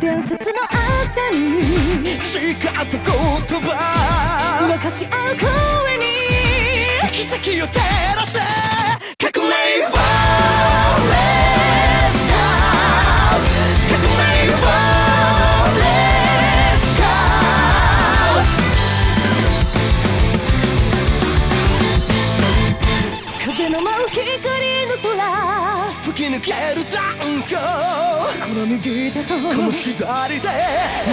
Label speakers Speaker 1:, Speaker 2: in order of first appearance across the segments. Speaker 1: 伝説の朝に
Speaker 2: 誓った言葉
Speaker 1: 分かち合う声に
Speaker 2: 奇跡を照らせ革命は革命は
Speaker 1: 風の舞う光の空
Speaker 2: 吹き抜ける残響
Speaker 1: この右手と
Speaker 2: この左で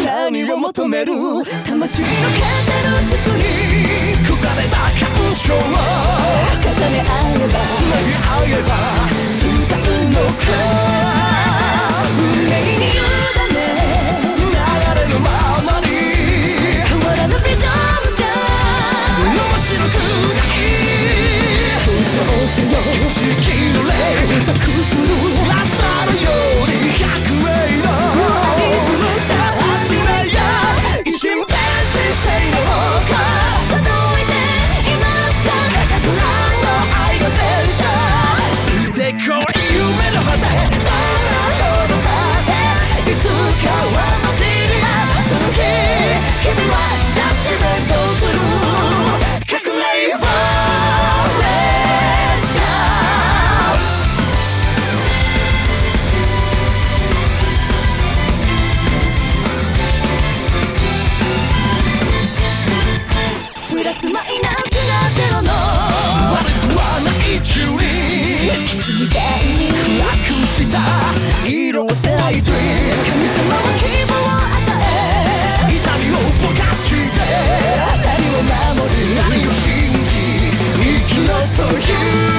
Speaker 2: 何を求める焦がれ
Speaker 1: 魂のカタルシスに
Speaker 2: た感情を
Speaker 1: 重ね合えば
Speaker 2: 繋ぎ合えば伝うのか
Speaker 1: 運命に委ね
Speaker 2: 流れるままに
Speaker 1: 変わらぬビジョンじ
Speaker 2: 面白くない本当せよ打ち切れ
Speaker 1: ゃ加速する
Speaker 2: プラスマのように100名のうるさ始めよう一瞬天使性の方か
Speaker 1: 届いていますか
Speaker 2: 価格乱の愛の電車してこい夢の果て太陽の果ていつかは街にはその日君はジャッジメントする革命は Let's shout
Speaker 1: プラスマイナスがゼロの
Speaker 2: 悪くはない中に
Speaker 1: キスみたいに
Speaker 2: 楽した色褪せない Dream
Speaker 1: 神様は希望を与え
Speaker 2: 痛みをぼかして
Speaker 1: 何を守る
Speaker 2: 何を信じ生きろという